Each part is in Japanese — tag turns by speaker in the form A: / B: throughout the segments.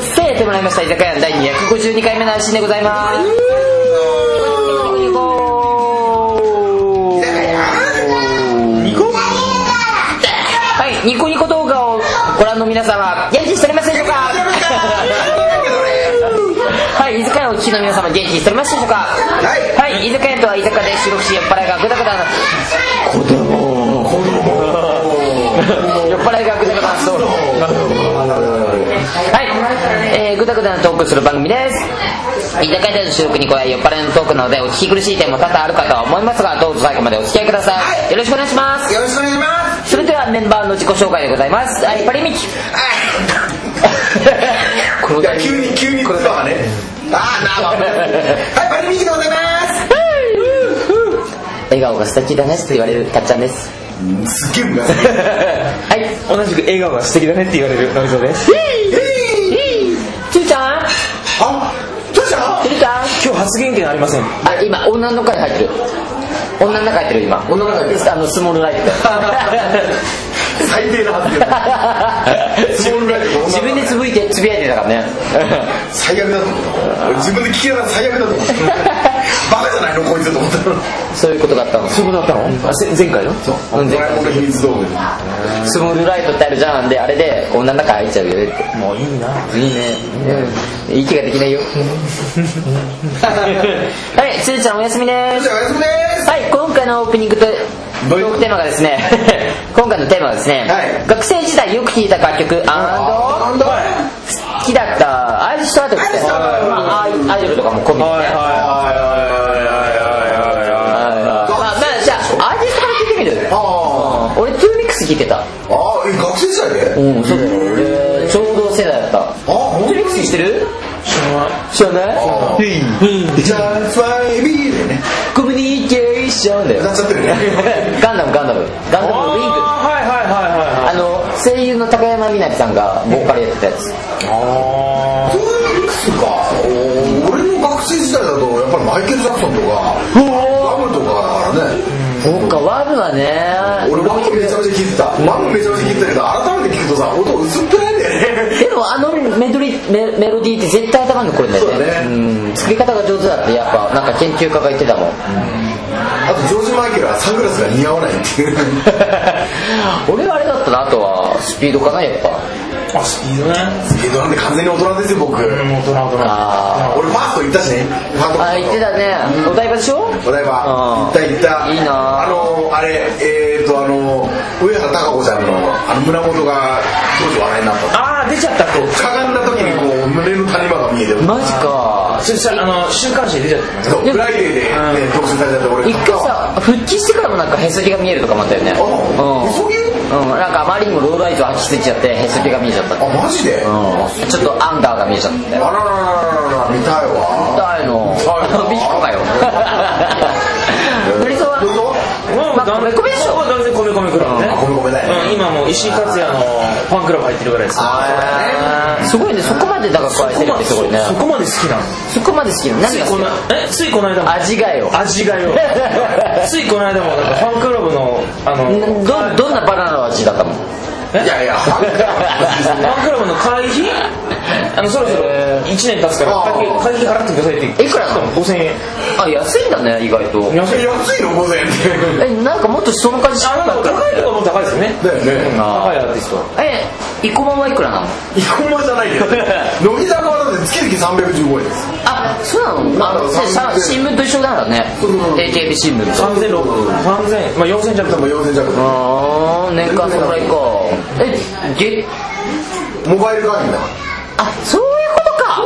A: ました居酒屋第252回目の配信でございますはいニコニコ動画をご覧の皆様元気にしておりますでしょうかはい居酒屋をお聞きの皆様元気にしておりますでしょうか
B: はい
A: はい居酒屋とは居酒屋で収録し酔っ払いがグダグダな酔っ払いがグダグダな道路はい、えー、ぐだぐだなトークする番組です居酒屋での収録に加え酔っ払いのトークなのでお聞き苦しい点も多々あるかとは思いますがどうぞ最後までお付き合いください、よろしくお願いします
B: よろしくお願いします
A: それではメンバーの自己紹介でございますはい パリミキこの
B: いや急に急にこれはねああなあはいパリミキでございま
A: 笑顔が素敵だねって言われるたっちゃんです
B: すす っげえムカつく
C: はい、同じく笑顔が素敵だねって言われるのりぞです。
A: ちゅうちゃん
B: あどうした
A: ちゅうちゃん
C: 今日発言権ありません。
A: あ今女の中に入ってる女の中入ってる今女の中入ってるあのスモールライ ト
B: 最低な発言だスモールライト
A: 自分でつぶいてつぶやいてたからね
B: 最悪だと思った俺自分で聞きながら最悪だと思ったバカじゃないのこいつと思った
A: そういうことだったの
C: そういうことだったのあせ前回の
B: ドラえもんの秘密道具
A: スモールライトってあるじゃんであれで女の中入っちゃうよねっ
C: もういいな。
A: ていいねうん息ができないよ はいつーちゃんおやすみで
B: どうし
A: す
B: たおやすみです
A: はい今回のオープニングとト
B: どういう
A: ークテーマがですね 今回のテーマはですね、
B: はい
A: 学生時代よく聴いた楽曲
B: あなんだ
A: 好きだったアイリッシュアーティストですねまあアイアイドルとかも込みでね
C: はいはいはいはいはいはいはい
A: まあまあじゃあアーティストから聞いてみる
B: あ
A: 俺トゥーミックス聴いてた
B: ーあーえ学生時代で
A: うんそうだよ俺ちょうど世代だった
B: あ本
A: トゥ
B: 当
A: ーミックス知ってる知らない
B: あーじゃあファイビーでね
A: コミュニケーションだよ
B: 歌っちゃってるね
A: ガンダムガンダムガンダムのウィング
C: はいはいはいはいはいはい
A: あの声優の高山みなみさんがボーカルやってたやつ
C: あ
B: トゥーミックスかおー俺の学生時代だとやっぱりマイケル・ジャクソンとかラムとかだからね
A: そうかワブはね
B: 俺ワンコめちゃめちゃ聴いてたワンコめちゃめちゃ聴いてたけど改めて聴くとさ音薄っぺらいんだよね
A: でもあのメドリメメロディーって絶対頭に残るんだよね
B: そうだね
A: ん作り方が上手だってやっぱなんか研究家が言ってた もん
B: あとジョージ・マイケルはサングラスが似合わないっていう
A: 俺はあれだったなあとはスピードかなやっぱ
C: あスピードね
B: スピードなんで完全に大人ですよ僕俺フ
C: もう大人大人
A: あ
B: ァースト行ったしねファースト
A: あ言ってたねお台場でしょ
B: お台場行
A: あ
B: った行った
A: いいな
B: あのあれえーとあの上原貴子ちゃんのあの胸元が当時話題になった
C: あー出ちゃったと
B: かがんだ時にこう胸の谷間が見えてる
A: マジか
C: そしたらあの週刊誌で出ちゃった
B: そうフライデーで、ね、特集されちゃって俺
A: 一回さ復帰してからもなんかへそ毛が見えるとかもあったよね
B: あそういう
A: うん、なんかあまりにもローライズを履きすぎちゃってへそ毛が見えちゃったって
B: あマジで、あ
A: うんちょっとアンダーが見えちゃったみたい
B: らら
A: な
B: ららら見たいわ
A: あの
B: はい
A: ビヒコか よブリゾは
B: ブリゾ
A: まあ米米でしょ
C: 断然米米クラブね
B: あごめんごめんだよ、
C: うん今もう石井達也のファンクラブ入ってるぐらいです
B: あ
A: すごいねそこまで高く愛
C: そこ
A: せるっ
C: ま
A: て
C: です
A: ごいね
C: そこまで好きなの
A: そこまで好きなの
C: つ
A: 何
C: い
A: が
C: こ
A: 好き
C: の
A: なの
C: えついこの間も
A: 味がよ
C: 味が よついこの間もなんかファンクラブのあの
A: どどんなバナナの味だったの
C: え
B: いやいやファンク
C: ファンクラブの会費あのそろそろ1年経つから
B: あ
C: 会
B: ー
C: 費会費払ってくださいって
A: いくらなの
C: 5000円
A: あ安いんだね意外と
C: 安い
B: 安いの午前って
A: えなんかもっとその感じし
C: あ
A: な
C: なんか
A: かった
C: 高いとこはもう高いですよね
B: だよね
C: 高いアーティストは
A: え生駒はいくらなの
B: 生駒じゃないけど乃木坂はだって月々315円です
A: あそうなのあ
B: うん
A: でさ新聞と一緒なんだね
B: そうそうそう
A: AKB 新聞と
C: 3600 3000まあ4000弱
B: 多分4000弱
A: ああ年間そのぐらいかえげ
B: モバイル会員だ
A: あそういうことか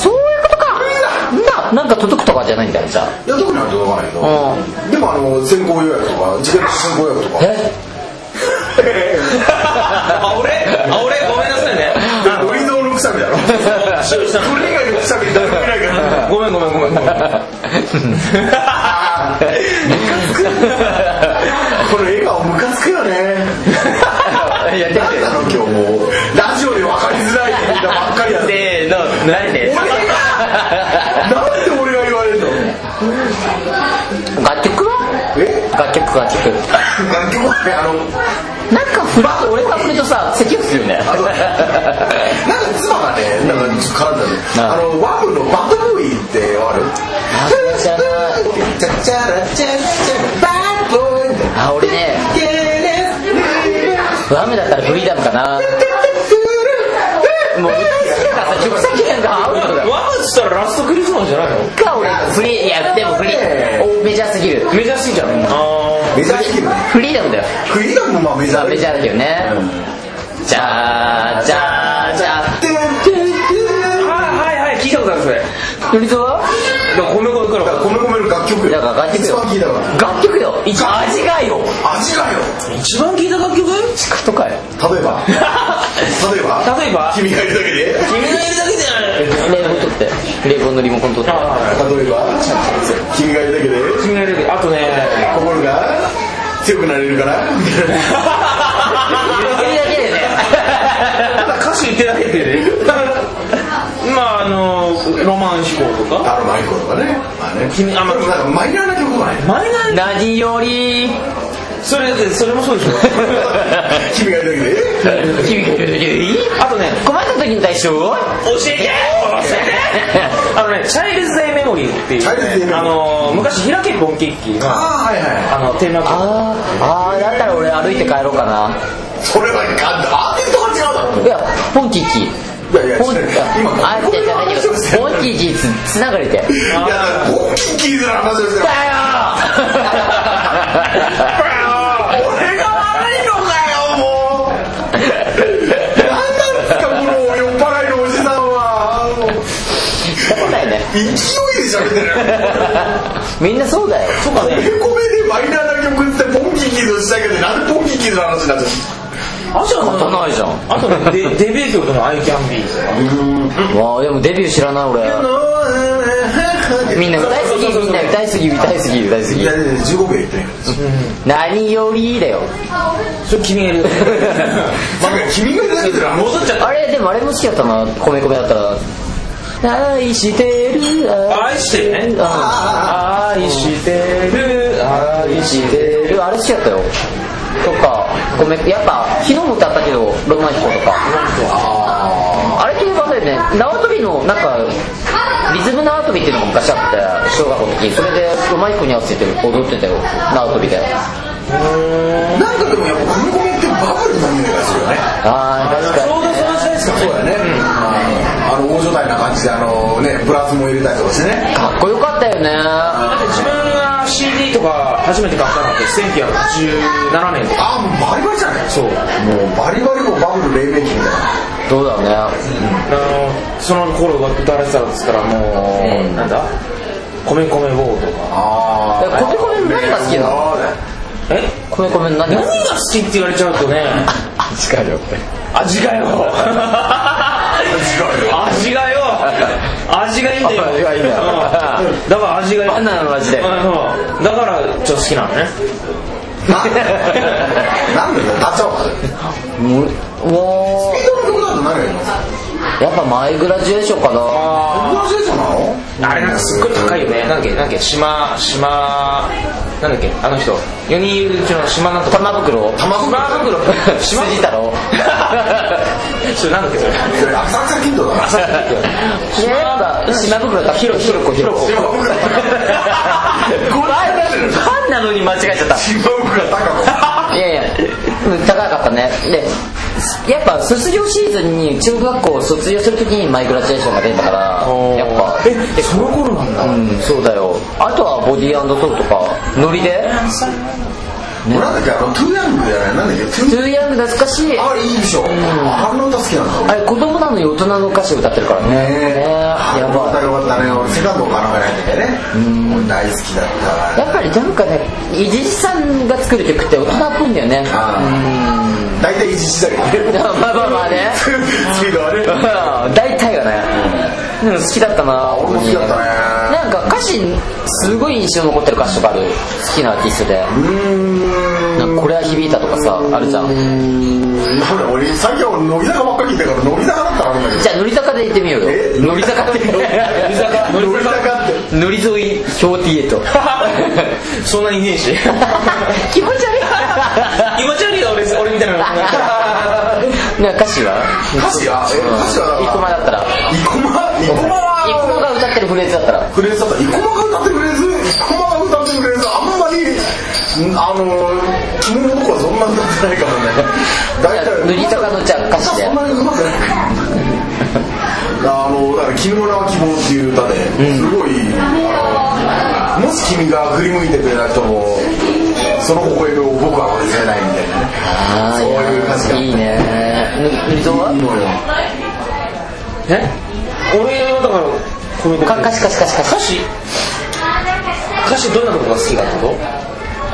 A: そういうことかななんか届くとかじゃないんだよじゃ
B: いや特には届かないけど
A: あうん
B: でもあの先行予約とか時間先行予約とか
A: え
C: あ俺あ俺ごめんなさいね
B: ドリゾーのくしゃみだろそ
C: 使用したの
B: れ以外のくしゃみって食べないから
C: ごめんごめんご めんごめん
B: この笑顔ムカつくよね
A: いや
B: 何なの今日もうラジオで分かりづらいって言ったばっかりや
A: せ
B: で
A: ーの何
B: 俺
A: で
B: がなんで俺が言われるの
A: 楽曲は
B: え
A: 楽曲楽曲
B: 楽曲はねあの
A: なんかフラッ俺が振るとさ咳をするよね
B: なんかず妻がねなんかちょっと絡んだね、
A: うん
B: あのワムのバッドボーイってわかる
A: 知らない
B: チャチャラチャチャラバッドボーイみたいな
A: あ俺ね
B: ゲレ
A: ワムだったらフリーダムか なもう 曲先なんかアウトだよ
C: ワムっつったらラストクリスマスじゃないの
A: か俺フリーいやでもフリーおメジャーすぎる
C: メジャーすぎちゃうあ
B: メジャーすぎるね
A: フリーダムだよ
B: フリーダムもまあメジャー
A: メジャーだけどねじゃーじゃーじゃー
B: てんてんて
C: ー
B: ん
C: はいはいはい聞いたことあるそれ
A: ノリゾは
C: だから米粉のから
B: 米米の楽曲よ
A: だから楽曲
B: 一
A: よ
B: 番聞いたから
A: 楽曲よ
C: 一番味がよ
B: 味がよ
C: 一番聞いた楽曲
A: 一かとかよね
B: 例えば例えば
C: 例えば
B: 君がいるだけで
C: 君のいるだけじゃない
A: 取って冷房のリモコン取って
B: 例えば君がいるだけで
C: 君のいるだけあとね
B: 心が強くなれるから みたいな
A: それだけでね
C: ただ歌詞言ってるだけでねまああのロマン飛行とか
B: あのマイコとかねまあね
C: 君あまあ
B: でもなんかマイナーな曲はね
C: マイナー
A: 何よ り
C: それそれもそうでしょ
B: 君がいるだけで
A: 君がいるだけでいい
C: あとね
A: 困った時に対処
C: 教えて教えてあのねチャイルズ・デイ・メモリーってい
B: チャイルズデイメ
C: う、
B: モリー
C: あの昔開けボンケッキーが
B: ああはいはい
C: あのテーマ曲
A: あーあーだったら俺歩いて帰ろうかな
B: それはいかんだアーティストが違うだろ
A: いやポンキッキ
B: いやいや
A: ポン
B: 違う今
A: ああじゃじゃ何よポンキ
B: い
A: ッキつつながれてだよ
B: やだからポンキッキーズの話ですよ俺が悪いのかよもう何なんですかこの酔っ払いのおじさんはあの
A: そうだよ ね
B: 勢いで喋ってる
A: みんなそうだよそうか
B: 米米でマイナーな曲ってポンキッキーズしたけどなんでポンキッキーズの話になっちゃ
C: あとは
A: 勝たないじゃん
C: あとね デデビュー曲の「ICANBE」
A: わあでもデビュー知らない俺
B: う
A: みんな歌いすぎみんな歌いすぎ歌いすぎ歌いす
B: い
A: ぎ
B: やいやいや15秒言ってない
A: 何よりだよ
C: それ君がい る
B: まあ君がいるだけで戻
C: 戻っちゃった
A: あれでもあれも好きだったな米米だったら愛してる
C: 愛してね
A: あ
C: 愛してる愛して
A: るあれ好きだったよとかごめんやっぱ昨日も歌ったけどロマンチコとかあれというかだよね縄跳びのなんかリズム縄跳びっていうのが昔あって小学校の時それでロマンチコに合わせて踊ってたよ縄跳びで
B: なんかでもやっぱ米米ってバブルな匂いがするよね
A: あー
C: ち
A: 確
C: ょうどその時代ですか
B: そうだねあの大所帯な感じであのねブラスも入れたりとかしてね
A: かにかっこよかったよね
C: 自分が CD とか初めて買ったのって1987年とか
B: あもうバリバリじゃない
C: そう
B: もうバリバリもうバブル黎明期みたいな
A: どうだろうね
C: あのその頃歌われてたんですからもう、
A: うん
C: なんだ米米ウォーとか
B: あ
A: え米米の何が好きなの
C: え
A: 米米の何
C: 何
A: が
C: が好きって言われちゃうとね
A: 味がよ
C: 味がよ味がよ味がいいんだよ
A: 味がいいんだよ
C: うんだから味がいい
A: バナナの味だよ
C: うんだからちょっと好きなのね
B: なんでだよ立っちゃおうか
A: もうも
B: スピードの曲だと何がいいの
A: うやっぱマイグラジュエーションかな
C: あ
B: ブラジルじゃなの
C: あれなんかすっごい高いよねなんだっけなんだっけ島島なんだっけあの人4人いるうちの島なんとか
A: 玉袋
B: 玉袋
C: 玉袋
A: 島次太郎
C: それなんだっけそれ
B: それ浅草キッドだな
A: やっぱ島袋だひろひろこひろこ
B: 島袋高
A: ファンなのに間違えちゃっ
B: 島袋高
A: たいやいやうん高かったねでやっぱ卒業シーズンに中学校を卒業するときにマイグラジュエーションが出たからやっぱ
C: えその頃なんだ
A: うんそうだよあとはボディソールとかノリで
B: 子なんだっけあのトゥーヤングじゃないなんだっけトゥ
A: ト
B: ー
A: ゥーヤング懐かしい
B: あれいいでしょあれの歌好きなんだ
A: あれ子供なのに大人の歌詞歌ってるからね
B: ねえ
A: ねえや
B: よかっ
A: ば
B: た
A: い
B: よかったね俺セカンドを絡めないといけないね俺大好きだったから
A: やっぱりなんかね伊地知さんが作る曲って大人っぽいんだよね
B: ああ大体維持したけ どね
A: まあまあまあね
B: スピードあれ
A: うん大体がね、うん、好きだったな
B: 俺も好きだったね
A: なんか歌詞すごい印象残ってる歌詞とかある好きなアーティストで
B: うーん
A: なんこれは響いたとかさあるじゃん
B: うんなんだ俺さっき俺乃木坂ばっかり聞いたから乃木坂だったらあれだけど
A: じゃあ乗り坂で行ってみようよ
B: え
A: 乗り坂って乗り 坂
B: 乗り坂って
A: 乗り沿い表と
C: そんなにいねえ し
A: 気持ち悪
C: 気持ち悪いよ俺俺みたいなの
A: いな歌詞は
B: 歌詞はえ歌詞は
A: 生駒だったら
B: 生駒生駒
A: 生
B: は
A: 駒が歌ってるフレーズだったら
B: フレーズだった生駒が歌ってるフレーズ生駒が歌ってるフレーズあんまりんあの君の僕はそんな歌ってないからね大体
A: 塗り坂のじゃあ歌詞で
B: そんなにうまくないあのだから「君の名は希望」っていう歌ですごい、あのもし君が振り向いてくれなくともその微笑みを僕は忘れないみたいなね
A: ああ
B: そういう歌詞が
A: いいねぬ塗り沿はい
B: いのよ
C: え俺はだからこういうこと
A: か歌詞歌詞歌詞歌詞
C: 歌詞歌詞どんなとこが好きかってこと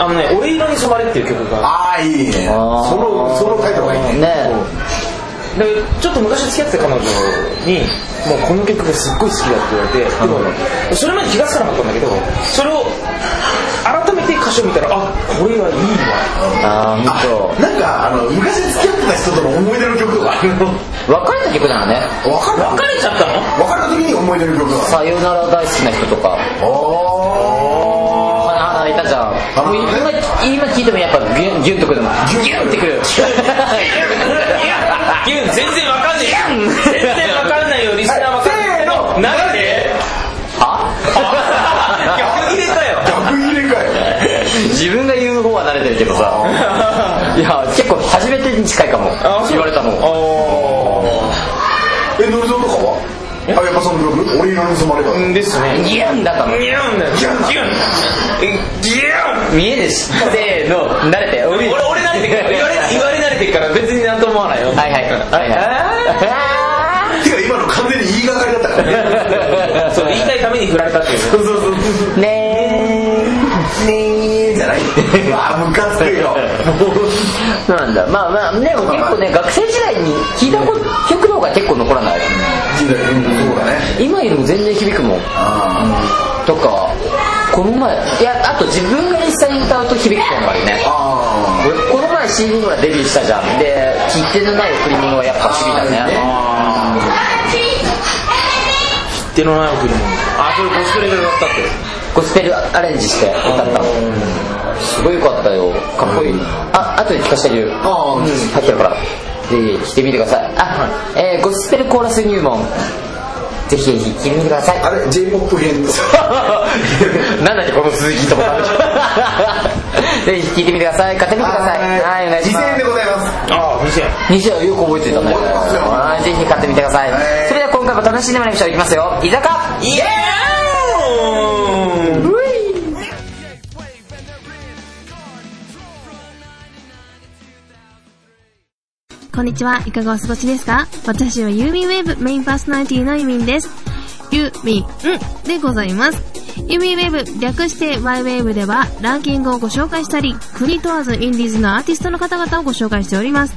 C: あのね「俺色に染まれ」っていう曲が
B: ああいいねそ
A: あー
B: のそのタイトルがいいね
A: ね
C: でちょっと昔付き合ってた彼女に「もうこの曲がすっごい好きだ」って言われてでも、それまで気が付かなかったんだけどそれを改めて歌詞を見たらあこれはいいな
A: ああ本
B: なんかあの昔付き合ってた人との思い出の曲があるの
A: 当別れた曲なのね
B: 別れた
C: 別れちゃったの
B: 別れた時に思い出の曲があ
A: さ
B: る
A: よなら大好きな人とか
B: あ
A: ああいたじゃんもう
B: の
A: 今今聞いてもやっぱギュンギュンとくるもんギュンってくる
C: いや全然わかんねえ全然わかんないよリスナーわかんない
B: せーの
C: なんで
A: は
C: 逆切れたよ
B: あ逆切れかよ
A: 自分が言う方は慣れてるけどさいや結構初めてに近いかも言われたの
B: えノリゾンとかはあやっぱその曲俺色に染まれば
C: うんですね
A: ギュンだったの
C: ギュンだよギュンギュンギュン
A: 見えでしせーの慣れて俺
C: 俺俺慣れてるから言われ言われ慣れてるから別になんとも思わないよ
A: はいはいはいは
B: てか今の完全に言いがかりだったからね
C: そう言いたいために振られたっていう
B: そうそうそう
A: いね
B: ねえじゃ ないうわムカつくよ
A: ーそうなんだまあまあでも結構ね学生時代に聞いたこと曲の方が結構残らない
B: 時代うんそうだね
A: 今よりも全然響くもん
B: あ
A: とかこの前いやあと自分が実際に歌うと響くのがあるね
B: ーあ
A: 俺この前 CD ほらデビューしたじゃんで聴いてないオープニングはやっぱ響いた
B: ー
A: ね
B: あー
C: 切手のない贈り物あそれコスプレで歌ったって
A: ゴスペルアレンジして歌ったのすごい良かったよかっこいいあ後で聴かせてる
B: あー
A: うん入ってるからぜひ聴いてみてくださいあ、えーゴスペルコーラス入門ぜひぜひ聴いてみてください
B: あれ J−POP 編です
A: なんだっけこの続きと かぜひ聴いてみてください買ってみてくださいはいお願いします
B: 2000円でございます
C: ああ店
A: 西はよく覚えてたねはいぜひ買ってみてください
B: はい
A: それでは今回も楽しんでまいりましょういきますよ居酒屋
C: イエーイ
D: こんにちは、いかがお過ごしですか私はユーミンウェーブメインパーソナリティのユミンです。ユーミンでございます。ユーミンウェーブ、略して Y ウェーブではランキングをご紹介したり、国問わずインディーズのアーティストの方々をご紹介しております。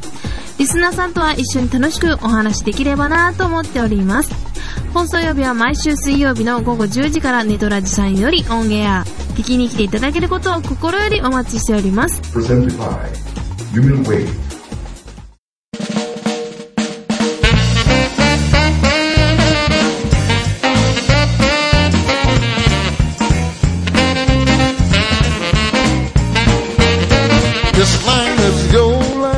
D: リスナーさんとは一緒に楽しくお話しできればなぁと思っております。放送曜日は毎週水曜日の午後10時からネトラジさんよりオンエア。聞きに来ていただけることを心よりお待ちしております。
E: presented by Human Wave.
A: 居酒屋的大喜利イエーイは
B: 居酒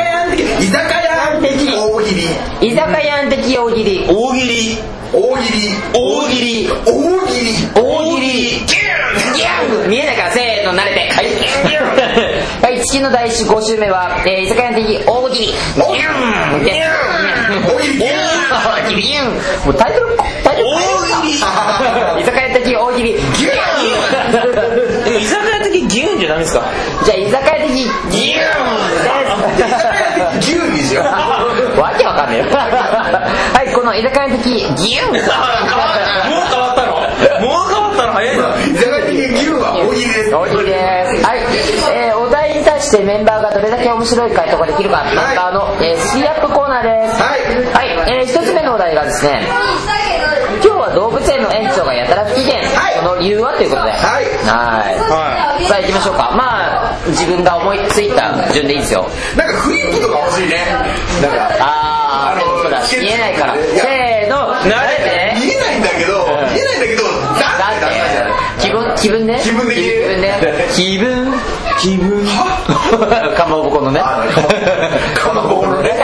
B: 屋的大喜利
A: い居酒屋的大喜利
C: 大喜利
B: 大喜
C: 大喜
B: 利
C: 利
B: 大喜利
A: 大喜利ギャン見えないからせーの慣れてはいはい地球の第一5週目は、えー居酒屋的大喜利ギャンギャン
B: 大喜利
A: 大喜利もうタイトルタイトル
C: 大喜利
A: 居酒屋的大喜利ギュン
C: でも居酒屋的ギュンじゃダメですか
A: じゃあ居酒屋的ギュンです
B: 牛にじゃん
A: わけわかんねえよ はいこの居酒屋的ギ ュン
C: もう変わったのもう変わったの早いな
B: 居酒屋的牛は大喜利です
A: 大喜利ですはい、えーお題に対してメンバーがどれだけ面白い回答ができるかメンバーの、えー、スキーアップコーナーです
B: はい
A: はい、えー、一つ目のお題がですね今日は動物園の園長がやたら不機嫌、
B: はい
A: その理由はということでは
B: はい
A: は
C: はい
A: さあ行きましょうかまあ自分が思いついた順でいいですよ
B: なんかフリップとか欲しいねなんか
A: ああそうだ見えないから
B: いや
A: せーの慣れて
B: 見えないんだけど見えないんだけど
A: だ
B: だ
A: って気分気分ね
B: 気分で言
A: 気
B: う
A: 分ね気分気分かまぼこのね
B: あかまぼこのね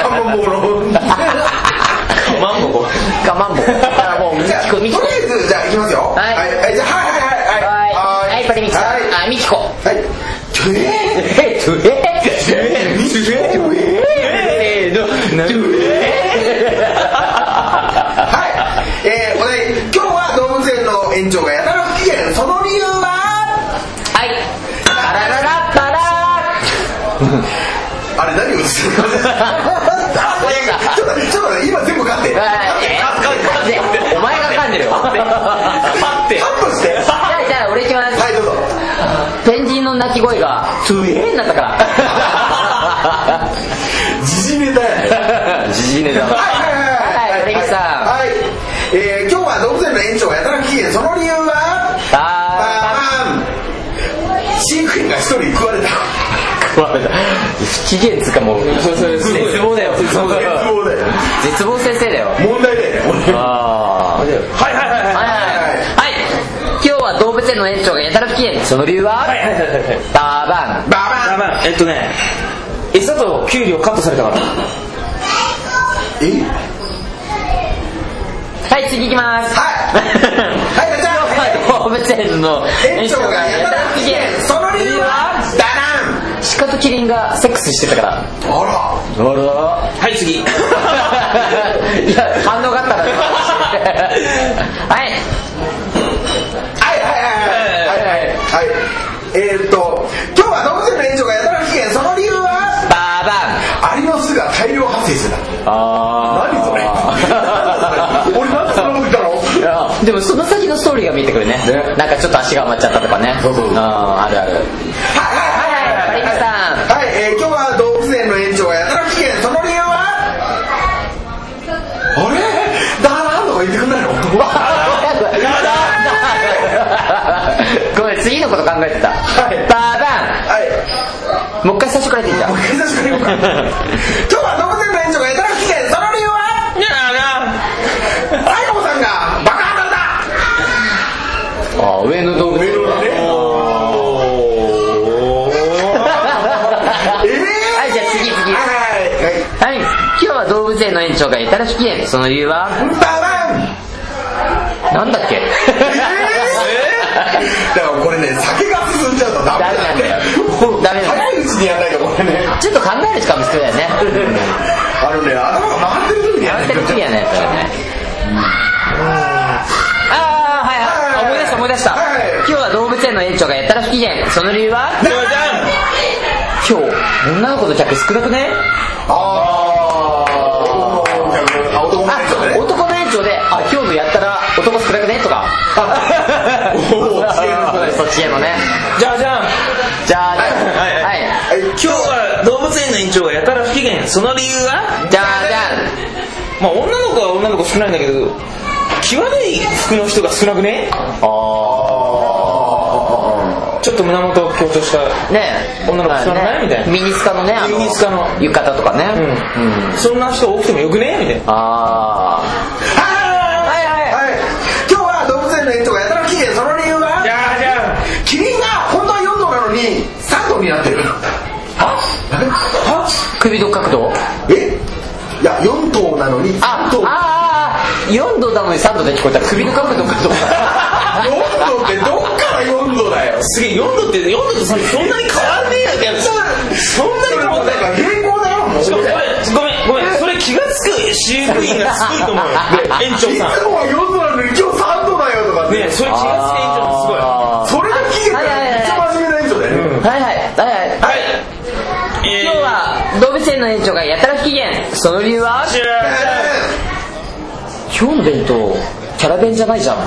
B: かまぼこ の
A: まんぼこかまんぼこだからもうみ
B: じゃ
A: き
B: あ
A: ことみ
B: り
A: きこ
B: あえずじゃあいきますよ
A: はい
B: はいじゃあはい
A: はい
B: はいはいはい
A: はいパリミキさん
B: はい
A: あみきこ
B: はいえ
A: ええとえ
B: ーミキコ
A: えせーの
B: はいえーお題今日は動物園の園長がやたら不機嫌その理由は
A: はいタラララッタラ
B: あれ何をしてるのあちょっとちょっと待って今全部勝って
A: ーはいお前が噛んでるよ
B: カットして
A: じゃあじゃあ俺行きます
B: はいどうぞ
A: ペンギンの鳴き声が「トゥエー」になったから
B: 時事ネタやね
A: じじいねだはい
B: はい
A: 堀口さん
B: はいえー今日は動物園の園長がやたら不機嫌その理由は
A: あ
B: バーン飼育員が一人食われた
A: ー食われた不機嫌っつうかもう
C: そうそうそう
A: 絶望だよ絶望
B: 絶望だよ
A: 絶望先生だよ
B: 問題だよねこれ
A: あー
C: はいはいはいはい
A: はいはい今日は動物園の園長がやたら不機嫌その理由は
C: はいはいはいはい
A: ダーバン
B: バ
C: あ
B: バ
C: まあえっとね餌と給料カットされたから
B: ンえ
A: はい次行きます
B: はいはいガチャ
A: 動物園の
B: 園長がやたら不機嫌その理由はダ
A: 鹿とキリンがセックスしてたから
B: ダンあ
A: あら
C: はい次
A: いや反応があ ったからはい
B: らはいはいはいはいはいはいえーっと今日は動物園の園長がやたら不機嫌その理由は
A: バーバン
B: アリの巣が大量発生してた
A: あ
B: 何それ 俺なんでそんなこと言ったの
A: いやでもその先のストーリーが見えてくるねなんかちょっと足が余っちゃったとかね
B: そうそうそうん
A: あるあるはい
B: はい
A: はいはいはい
B: はい、えー今日は動物園の園長がやたら危険その理由はあれだーんとか言ってくんないの
A: ごめん次のこと考えてた、
B: はい
A: バーバ
B: はい
A: ンもう一回最初から言っていいじゃん
B: もう一回差し替えようか今日は動物園の園長がやたら危険その理由はライコさんがバカ鼻だ
A: あ上野 動物園
B: えー
A: はいじゃあ次次
B: はいはいはい
A: はい今日は動物園の園長がやたら不機嫌その理由は
B: ババン
A: なんだっけ
B: だからこれね酒が進んじゃうとダメだっ
A: ダ
B: て
A: メなんだよダメなんだよ
B: 早いうちにやらないとこれね
A: ちょっと考える時間も必要だよね
B: あのね頭が回ってる時にやら
A: 笑っ
B: ない
A: て
B: と
A: る時やねそれねああはいはい思い出した思い出した
B: はい
A: 今日は動物園の園長がやたら不機嫌その理由は今日女の子の客少なくね
B: あー男の
A: あ
B: 人ね
A: 男の園長であ今日のやったら男少なくねとか
B: おー知恵の
A: そっちへのね
C: じゃあじゃあ
A: じゃあ
C: はいはい
A: はい
B: はい
C: 今日は動物園の園長がやたら不機嫌その理由は
A: じゃあじゃあ
C: まあ女の子は女の子少ないんだけど際どい服の人が少なくねちょっと胸元を強調した
A: ね
C: 女の子少なくないみたいな
A: ミニスカのねあ
C: ミニスカの
A: 浴衣とかね
C: うん、そんな人多くてもよくねみたいな
A: ああはいはい
B: はい今日は動物園の園長がやたら不機嫌その理由は
C: じゃあじゃあ
B: キリンが本当は4度なのに3度になってる
A: 首の角度
B: えいや4頭なのに
A: あ
B: 3頭
A: ああ4度なのに3度で聞こえた首の角度かと思った
B: 4度ってどっから4度だよ
C: すげえ4度って4度とそんなに変わんねえよってそんなに変わんない
B: 平行だよもう
C: しかもごめんごめんごめんそれ気がつく飼育員がすごいと思うよで園長
B: いつ
C: さ
B: もは4度なのに今日3度だよとか
C: んねそれ気がつく園長さんすごい
A: あ
B: それが聞けたらめっちゃ真面目な園長だよね
A: ーはいはいはいはい
C: はいえー
A: 今日は動物園の園長がやたら不機嫌その理由は
C: じゃあじゃあ
A: 今日の弁当キャラ弁じゃないじゃん
C: おい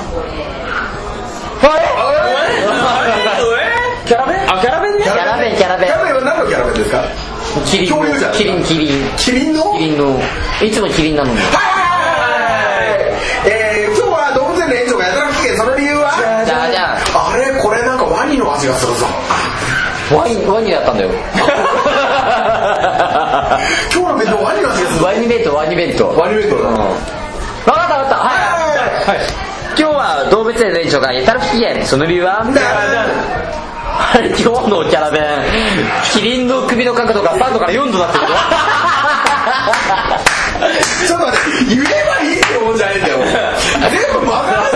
C: キャラ弁あキャラ弁ね
A: キャラ弁キャラ
B: キ
A: 弁
B: ャラメンは何のキャラメンですか
A: キリン
B: 恐竜じゃん
A: キリンキリン
B: キリンの
A: キリンのいつもキリンなのに
B: はいえー今日ニの味がするぞ
A: ワインワニだったんだ よ
B: 今日の弁当ワニの味がする
A: ワニ弁当ワニ弁当わか
B: ワニ弁当だ
A: ったわかったはい、今日は動物園の園長がやたら不機嫌その理由はあれ今日のキャラ弁キリンの首の角度が3度から4度だってこと
B: ちょっと待って言えばいいってもんじゃねえんだよ全部混ざらせ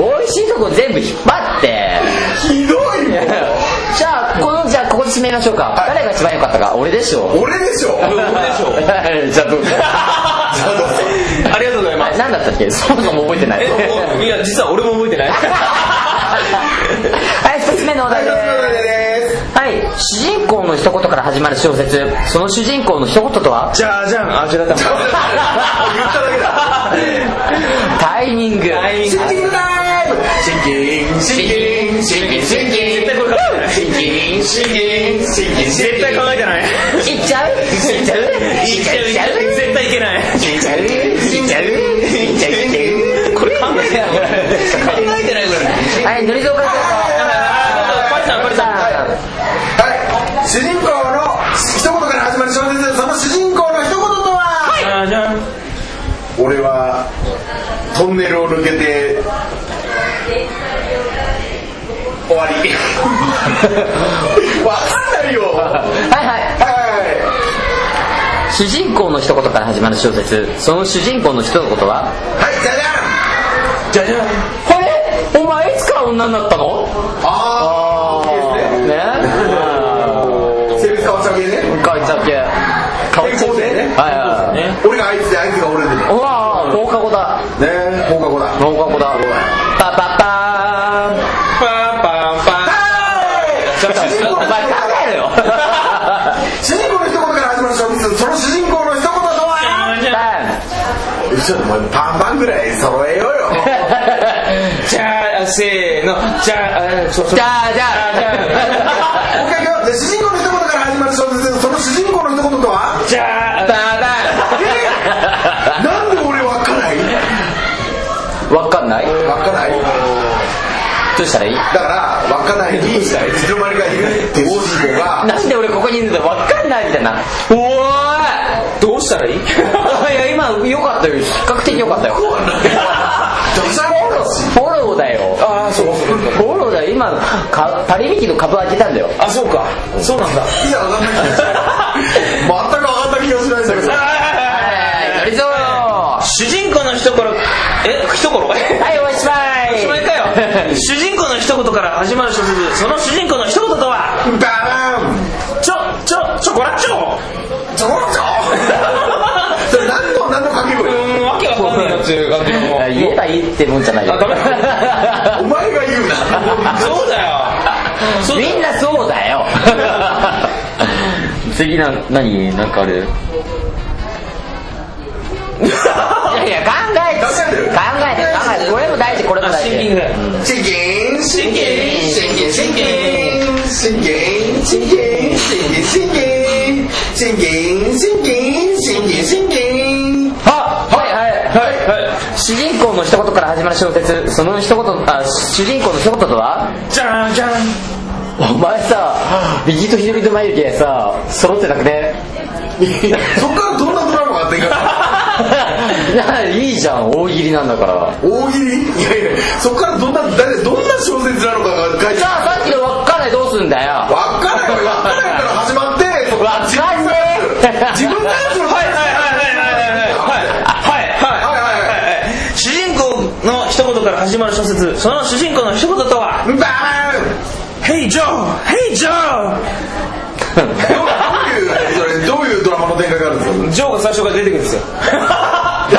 A: 美味しいとこ全部引っ張って
B: ひどいもん
A: じゃあこのじゃあここで締めましょうか、誰が一番良かったか俺でしょ
B: 俺でしょ俺
C: でしょ
A: じゃあどうぞ
C: ありがとうございます
A: あ何だったっけそもそも覚えてない
C: えっといや実は俺も覚えてない
A: はい2つ目のお題ですはい主人公の一言から始まる小説その主人公の一言とは
C: じゃあじゃんあじゃあだ
B: 言っただけだ
A: タイミング
C: タイミング
B: シンキングタイムシンキンシンキンシンキンシンキン
C: 絶対これ考えてない
B: シンキンシンキンシンキン
C: 絶対考えてない
A: いっちゃういっちゃういっちゃういっちゃう
C: 絶対いけない
A: いっちゃういっちゃういっちゃういっちゃう
C: これ考えてないこれ考えてないこれ
A: はい、のりぞうから
C: パリさんパリさん
B: はい主人公の一言から始まる小説その主人公の一言とは
C: じゃあじゃん
B: 俺はトンネルを抜けて終わり わかんないよは
A: はいはい主人公の一言から始まる小説その主人公の一言はい
B: はいじゃじゃ
C: じゃじ
B: ん
C: ゃん
A: あれお前いつから女になったの
B: あー
A: ね
B: セルフ触っちゃう系ね
A: かいちゃけ
B: 顔ついてね
A: はいはい
C: ね
B: 俺があいつであいつが俺でね
A: うわあ放課後だ
B: え放課後だ
A: 放課後だパパパーン
C: パンパンパン
B: 主人公
A: お
B: の
A: 前
B: 一言
A: 考えろよ
B: 主人公の一言から始まる小説その主人公の一言とは
C: じゃんじゃん
A: パ
B: ちょっとお前パンパンぐらい揃えようよ
C: じゃあせーのじゃああそうそう
A: じゃあじゃ
C: じゃあ
B: もう一回いくよで主人公の一言から始まる小説その主人公の一言とは
C: じゃあ
A: パパ
B: なんで俺わかんない
A: わかんない
B: わかんない
A: どうしたらいい
B: だからわかんないにいつの間にかいるって主人公が
A: なんで俺ここにいるんだわかんないみたいなおー
C: どうしたらいい
A: いいや今良かったよ比較的良かったよ
B: ドジャレだし
A: フォローだよ
C: ああそう
A: フォローだよ今かパリミキの株開けたんだよ
C: あそうかそうなんだ
B: いやわかんない全くわかった気がしないんだけど
A: はい乗りぞう
C: 主人公の一言え一言
A: はいおしまい
C: おしまいかよ主人公の一言から始まる小説その主人公の一言とは
B: ババン
C: ちょちょちょこらっちょ
B: ちょこちょそれ何の何の掛 け
C: う
B: 声
C: ーんわけわかんねえなっていう感じの
A: あ言えばいいってもんじゃないよ
C: あダメだ
B: お前が言うな
C: そうだよそう
A: みんなそうだよ 次な何なんかあるいやいや考えて
B: 考えてる
A: 考えてる考えてるこれも大事これも
C: あ
A: 大
C: シンキン
A: 事
C: グ
B: シンキンシンキンシンキンシンキンシンキンシンキンシンキンシンキンシンキンシンキンシンキンシンキン
A: ははいはいはい主人公の一言から始まる小説その一言あ主人公の一言とは
C: じゃんじゃん
A: お前さ右と左の眉毛さ揃ってなく ね
B: そっからどんなドラマがあってんか
A: ないいじゃん大喜利なんだから
B: 大喜利いやいやそっからどんな大体どんな小説なのかが書いて
A: じゃあさっきの分かんないどうすんだよ
B: わかんないわかんないから始まってそっから
A: 分かんね
B: 自分のやつの
C: はいはいはいはいはいはいはいはいはいはいはいは
B: はい
C: い主人公の一言から始まる小説その主人公の一言とは
B: バー
C: 「
B: ン
C: Hey Joe! Hey Joe!」
B: どういうそれどういうドラマの展開があるんですか
C: ジョーが最初から出てくるんですよ
B: だから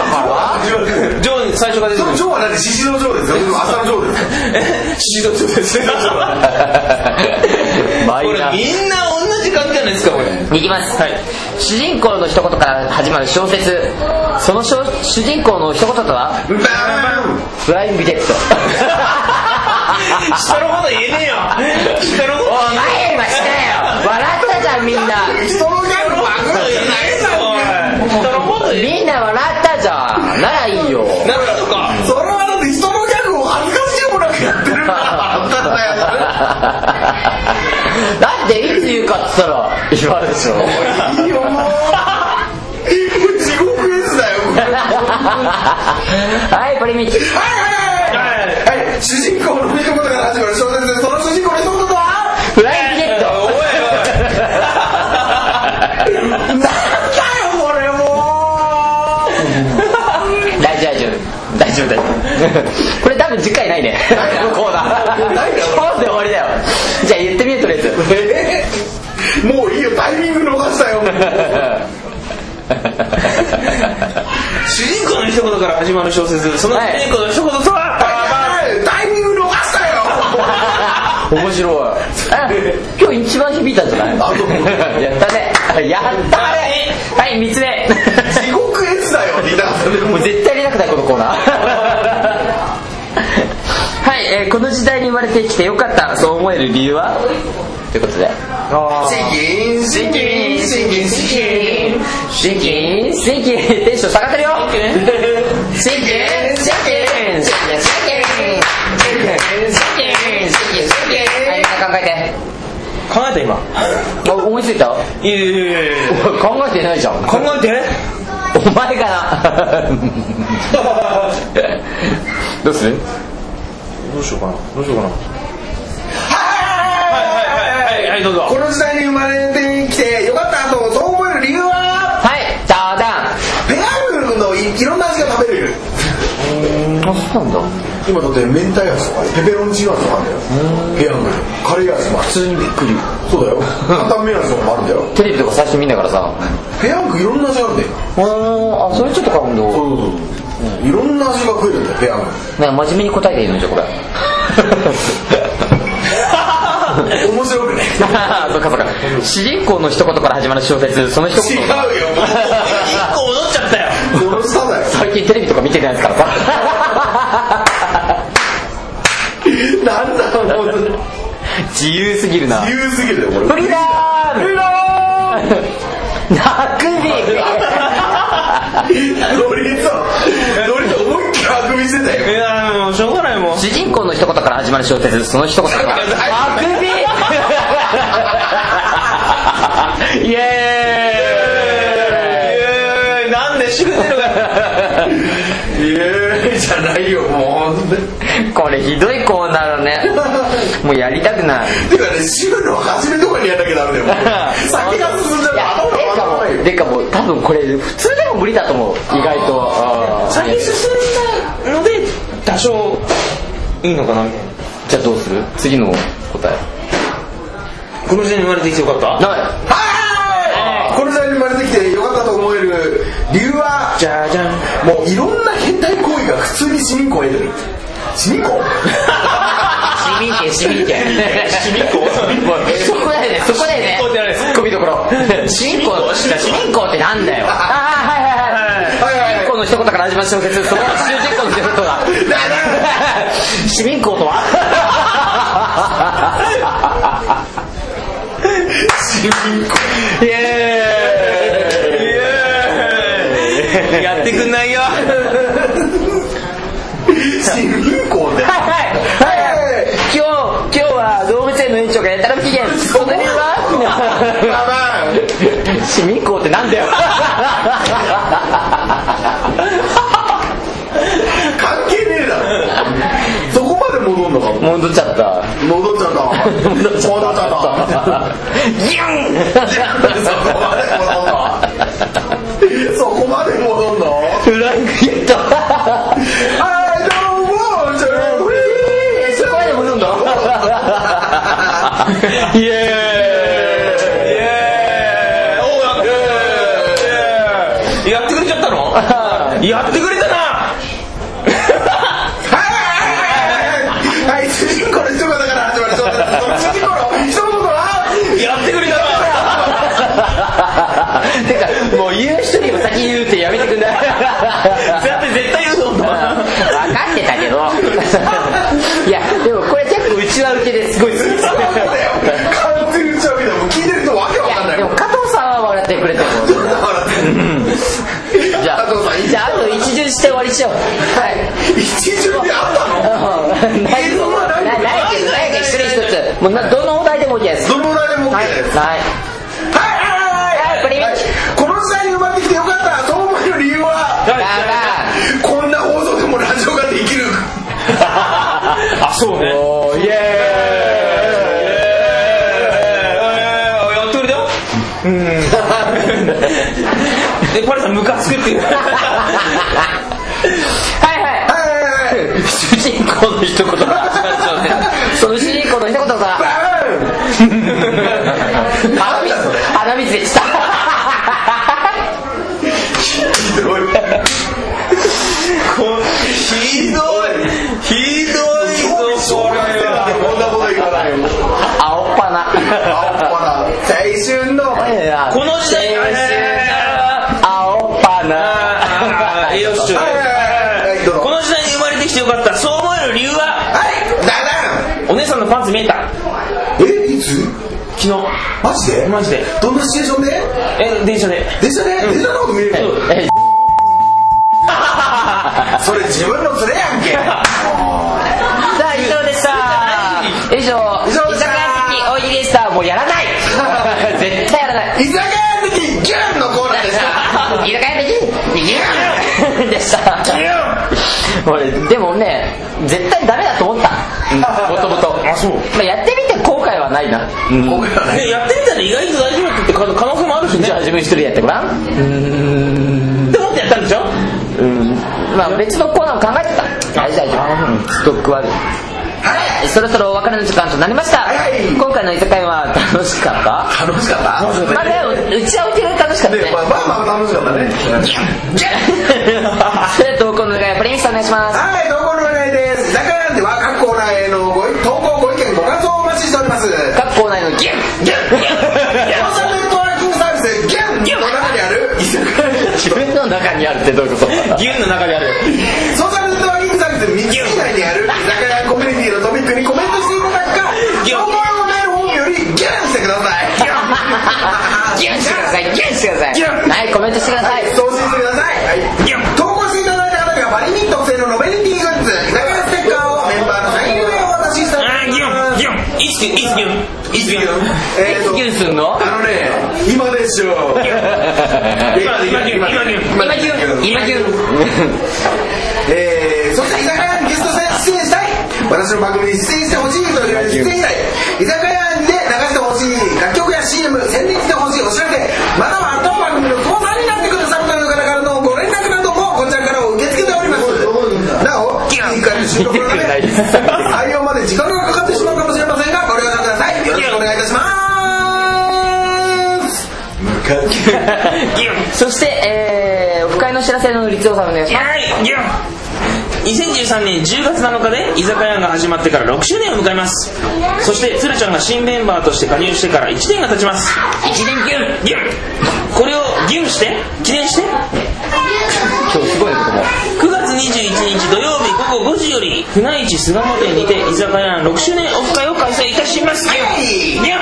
B: ジョー
C: ジョーに最初から出てくる
B: ジョーはだって獅子のジョーですよ朝のジョーですよ
C: えシシドジョーです
A: マ
C: これ
A: イ
C: みん
A: ナ
C: な同じ感じじゃないですかこれ
A: いきます、主人公の一言から始まる小説その小主人公の一言とは
B: バーン
A: フライングゲ ット
C: 下のこと言えねえよ下のこ
A: お
C: と
A: 前今してよ笑ったじゃんみんな
B: 人のギャグバグ
C: 言えないぞ下のこと言え
A: みんな笑ったじゃんならいいよ
C: なるほどか
B: それはだって人のギャグを恥ずかしいもなくやってるからなや
A: だっていつ言うかっつったら今でしょ
B: ついいよもうこれ地獄絵図だよこれ
A: はいポリミチ
B: はい主人公の一言から始まる小説ですその主人公の一言とは
A: フライングゲット
B: なんだよこれもう
A: 大丈夫大丈夫大丈夫これ多分次回ないねこのコーナー
B: ないよ
A: 今日で終わりだよじゃあ言ってみようとりあえず
B: もういいよタイミング逃したよもう
C: 主人公の一言から始まる小説その主人公の一言とは
B: タイミング逃したよ
A: 面白いあ今日一番響いたんじゃない やったねやったねはい3つ目
B: 地獄絵図だよリターン
A: もう絶対入れなくないこのコー ナーはい、えーこの時代に生まれてきてよかったそう思える理由はということで
C: あー
B: キンシンキンシンキンシンキン
A: シンキンシンキンテンション下がってるよシンキンシンキンシンキンシンキンシンキンシンキンシンキンシンキンはいみんな考え
C: 考えた今
A: てお思いついた 考
C: いやいやいやいや
A: えてないじゃん
C: 考えて
A: お前かな どうする
C: どうしようかなどうしようかなはいはいはいはいはいどうぞ
B: この時代に生まれてきてよかったとそう思える理由は
A: はいダダ
B: ペヤングのいいろんな味が食べれる
A: ンあそうなんだ
F: 今だって明太味とかペペロンチーノ味とかあるんだよペヤングカレー味もある
A: 普通にびっくり
F: そうだよ担々麺味とかもあるんだよ
A: テレビとか最初見んだからさ
F: ペヤングいろんな味あるんだよ
A: ああそれちょっと買うんだ
F: そうそうそういろんな味が食えるんだよペヤング
A: ね真面目に答えていいのじゃこ れ
B: 面白くね
A: そっかそっか主人公の一言から始まる小説その一
B: 違
A: 言
B: うよ も
C: 1個戻っちゃったよ
B: う殺しただよ
A: 最近テレビとか見てないですから さ
B: なんだろうもう
A: 自由すぎるな
B: 理由すぎるよこれ
A: フリーダームフリーダーム 泣くび
B: ノリとノリと思いっきりあくびしてた
C: い
B: よ
C: やもうしょうがないもう
A: 主人公の一言から始まる小説その一言からあくび イエーイ
C: えーなんで渋ってるか
B: イエーイじゃないよもうほんとに
A: これひどいコーナーだねもうやりたくない
B: ていうかね週の初めとかにやんなきゃダメだよもう 先が進んじゃう
A: いや
B: と頭が回らないよ
A: でかもう多分これ普通でも無理だと思う意外とあー
C: 先進んだので多少いいのかなみたいな
A: じゃあどうする次の答え
C: この時代に生まれてきてよかった
A: ない
B: この時代に生まれてきてよかったと思える理由は
C: じゃじゃん
B: もういろんな変態行為が普通に市民公園でる市 民公
A: 市民権市民権市民公そこだよねそこだよね
C: 市民公じゃないです
A: ツッコミどころ市民公市民公ってなんだよああはいはいはい市民公の一言から始まる小説そこが主人公の一言だ市民公とは市民公イエーイ
C: やってくんないよ
B: 市民公園
A: はいはい
B: で
A: はい今日今日は動物園の園長がやたら不機嫌その理由 は市民公ってなんだよ
B: 関係ねえだ ろそこまで戻んのかも
A: 戻っちゃ った
B: 戻っちゃった 戻っちゃった
A: ギュン
B: そこまで戻んの
A: フライングゲット
B: I don't want to be
A: そこまで戻んのイエーイ
C: イエーイおうやっやってくれちゃったの やってくれたな
B: はい主人公の一言から始まる小説その主人公の一言は
C: やってくれたな
A: てかもう言う人にも先言うってやめてくんない
C: だって絶対言うと思った
A: 分かってたけどいやでもこれ結構うちはうちですごい好きです
B: そうだよ完全に打ち上げだもん聞いてるとわけわかんない
A: で
B: も
A: も
B: ん
A: 加藤さんは笑ってくれてるじゃあ
B: 加藤さんいい
A: じゃああと一巡して終わりにしようはい
B: 一巡であったの
A: ないないけどないけど一もうなどのお題でもいいです
B: どのぐらいでも OK
A: はい
B: です
A: はい
B: はいはいはい
A: はいプリ
B: はいこの時代に生まれてきてよかったそう思える理由は
A: だから
B: こんな放送でもラジオができる
C: あそうねイエーイイエーイやってくれたよ うんでパレさんムカつくっていう
A: はいはい 主人公の一言が始まっちゃうねその主人公の一言がさ鼻水鼻水でした
B: ひどいひどいぞこれはこんなこと言わないよ
A: 青っ 鼻
B: 青っ腹青春の
C: この時代に
A: 青っ
C: あ ー
A: 鼻
C: よっしょ
B: はいどうぞ
C: この時代に生まれてきてよかったそう思える理由は
B: はいだ
C: お姉さんのパンツ見えた
B: らんえいつ
C: 昨日
B: マジで
C: マジで
B: どんなシチュエーションで
C: え電車で
B: 電車で電車のこと見れるの
A: え
B: それ自分のズレやんけ
A: さあ以上でした以上
B: 以上でした
A: 大喜利でしたもうやらない絶対やらない
B: 居酒屋の時ギュンのコーナーでした
A: 居酒屋的にギュンでした俺でもね絶対ダメだと思ったもともと
C: あそう
A: やってみて後悔はないな後悔はない
C: でやってみたら意外と大丈夫って可能可能性もあるしね
A: じゃあ自分一人でやってご
C: っ
A: らん
C: て思ってやったんでしょ
A: うんまあ別のコーナーを考えてた大丈夫大丈夫ストックはあるはいそろそろお別れの時間となりました、
B: はい
A: 今回の居酒屋は楽しかった
B: 楽しかった楽し
A: まあでも打ち合わせが楽しかったね
B: まあまあまあ楽しかったね
A: それでは投稿のお願いプリンスお願いします
B: はい、どこのお願いです。居酒屋なんては各コーナーへのご投稿ご意見ご感想をお待ちしております。
A: 各コーナーのギュン
B: ギュンギュンコンサルテントワーキングサービスギュンギュンの中にある居酒屋
A: 自分の中にあるってどういうこと
C: ギュンの中にある
B: ソーシャルネットワーキングサービス3つ以内にある居酒屋コミュニティのトピックにコメントしていただくか
C: ギュン
B: 投稿用メールフォームよりギュンしてください
A: ギュンしてくださいギュンしてください
B: ギュン
A: はいコメントしてください
B: 送信してください、投稿していただいた方にはバリミン特製のノベリティグッズ居酒屋ステッカーをメンバーのサイン入りでお渡ししており
C: あーギ
B: ます
C: ュンギュンいつギュンいつギュンいつギュン
B: えーと
A: ギュンすんの
B: あのね、今でしょう。
C: 今ギュン今ギュン
A: 今ギュン今ギュン
B: えー、そして居酒屋にゲスト出演したい私の番組に出演してほしいという出演したい居酒屋で流してほしい楽曲や CM 宣伝してほしいお知らせまたは当番組のスポンサーになってくださるという方からのご連絡などもこちらから受け付けておりますなお1回の収録のため採用まで時間がかかってしまうかもしれませんがご了承くださいよろしくお願いいたします
C: ギュン
A: そしてえーオフ会の知らせの立オさんお願いしま
C: はいギュン2013年10月7日で居酒屋が始まってから6周年を迎えますそして鶴ちゃんが新メンバーとして加入してから1年が経ちます1年ギュンギュンこれをギュンして記念して
A: す今日すごいことも
C: 9月21日土曜日午後5時より船市巣鴨店にて居酒屋6周年オフ会を開催いたしますギュンギュン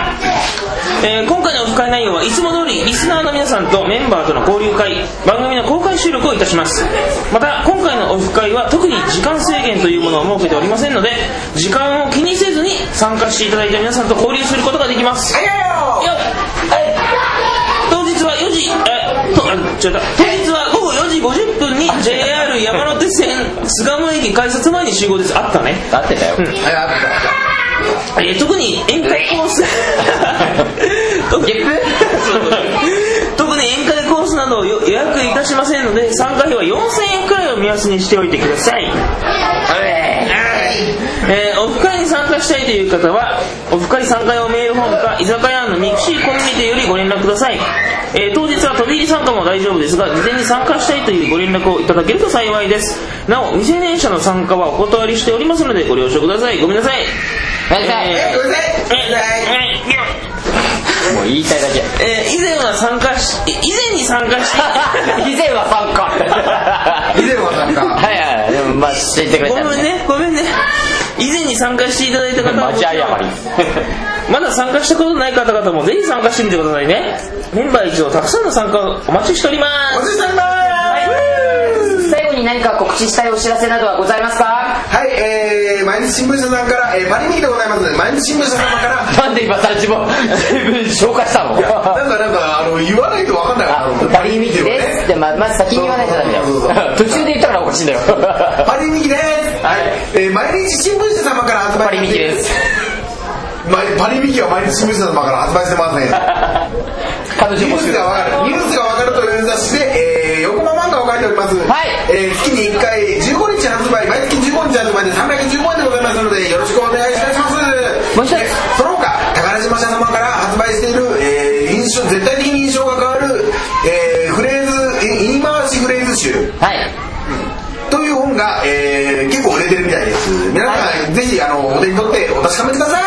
C: えー今回のオフ会内容はいつも通りリスナーの皆さんとメンバーとの交流会番組の公開収録をいたしますまた今回のオフ会は特に時間制限というものを設けておりませんので時間を気にせずに参加していただいた皆さんと交流することができますよっえ当日は4時えとあ違った当日は午後4時50分に JR 山手線巣鴨駅改札前に集合ですあったね
A: 合ってたよ
C: えー特に宴会コース 特に 特に宴会コースなどを予約いたしませんので参加費は4000円くらいを目安にしておいてくださいえーオフ会に参加したいという方はオフ会参加用メールフォームか居酒屋のミクシーコミュニティよりご連絡ください、えー当日は飛び入り参加も大丈夫ですが事前に参加したいというご連絡をいただけると幸いですなお未成年者の参加はお断りしておりますのでご了承くださいごめんなさい
A: ごめんなさい
B: ごめんなさい
C: えーえーえー
A: もう言いたいだけ
C: えー以前は参加しえ以前に参加して
A: 以前は参加
B: 以 前はなんか
A: はいはいでもまあ知ってくれ
C: ご
A: た
C: めんねごめんね以前に参加していただいた方は
A: マジ謝り
C: まだ参加したことない方々もぜひ参加してみてくださいねメンバー一同たくさんの参加をお待ちしておりま
B: お
C: す
B: じさんだ
A: 最後に何か告知したいお知らせなどはございますか
B: はい、えー、毎毎日新聞社さんから、えー、パリミキでございますので毎日新聞社様から
A: なんで今さ自分自分紹介したの
B: いやなんかなんかあの言わないと分かんないから
A: あパリミキですってままず先に言わないとダメだよ
B: そうそうそう
A: 途中で言ったからおかしいんだよ
B: パリミキですはい、えー、毎日新聞社様から発売
A: パリミキです
B: まパリミキは毎日新聞社様から発売してません
A: 彼女
B: ニュ
A: も
B: ースが分かるニュースが分かるという雑誌で、えー、横浜漫画を書いております、
A: はい
B: えー月に1回15日発売毎月15日発売で315円でございますのでよろしくお願いいたします
A: もう一つ
B: えーその他宝島社様から発売している、えー印象絶対的に印象が変わる、えーフレーズえ言い回しフレーズ集
A: はい
B: という本が、えー結構売れてるみたいです皆さん、ぜひあのお手に取ってお確かめください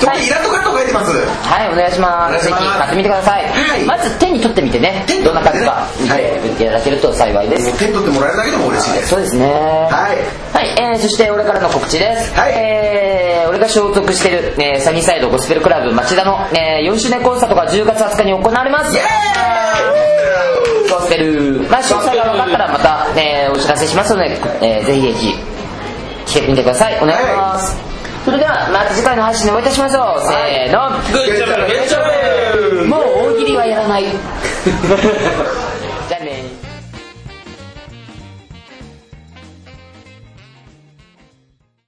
B: 特
A: はい
B: にイラストカット書いてます、
A: はいお願いしま
B: お願い
A: す
B: し
A: ぜ
B: ます
A: ひ買ってみてください、
B: はい
A: まず手に取ってみてね
B: 手に
A: ど
B: 取
A: ん
B: って
A: な
B: ね
A: 数か見
B: はい
A: ていただけると幸いです、
B: 手に取ってもらえるだけでも嬉しいです
A: そうですねは
B: はい
A: はい、えー、そして俺からの告知です。
B: はい
A: えー、俺が所属してる、えー、サニーサイドゴスペルクラブ町田の、えー、4周年コンサートが10月20日に行われます。
B: イエーイ
A: ゴスペル。まあ、詳細が分かったらまた、えー、お知らせしますので、えー、ぜひぜひ、来てみてください。お願いします。それでは、また次回の配信でお会いいたしましょう。せーの。
C: グッジョブグッジョブ
A: もう大喜利はやらない。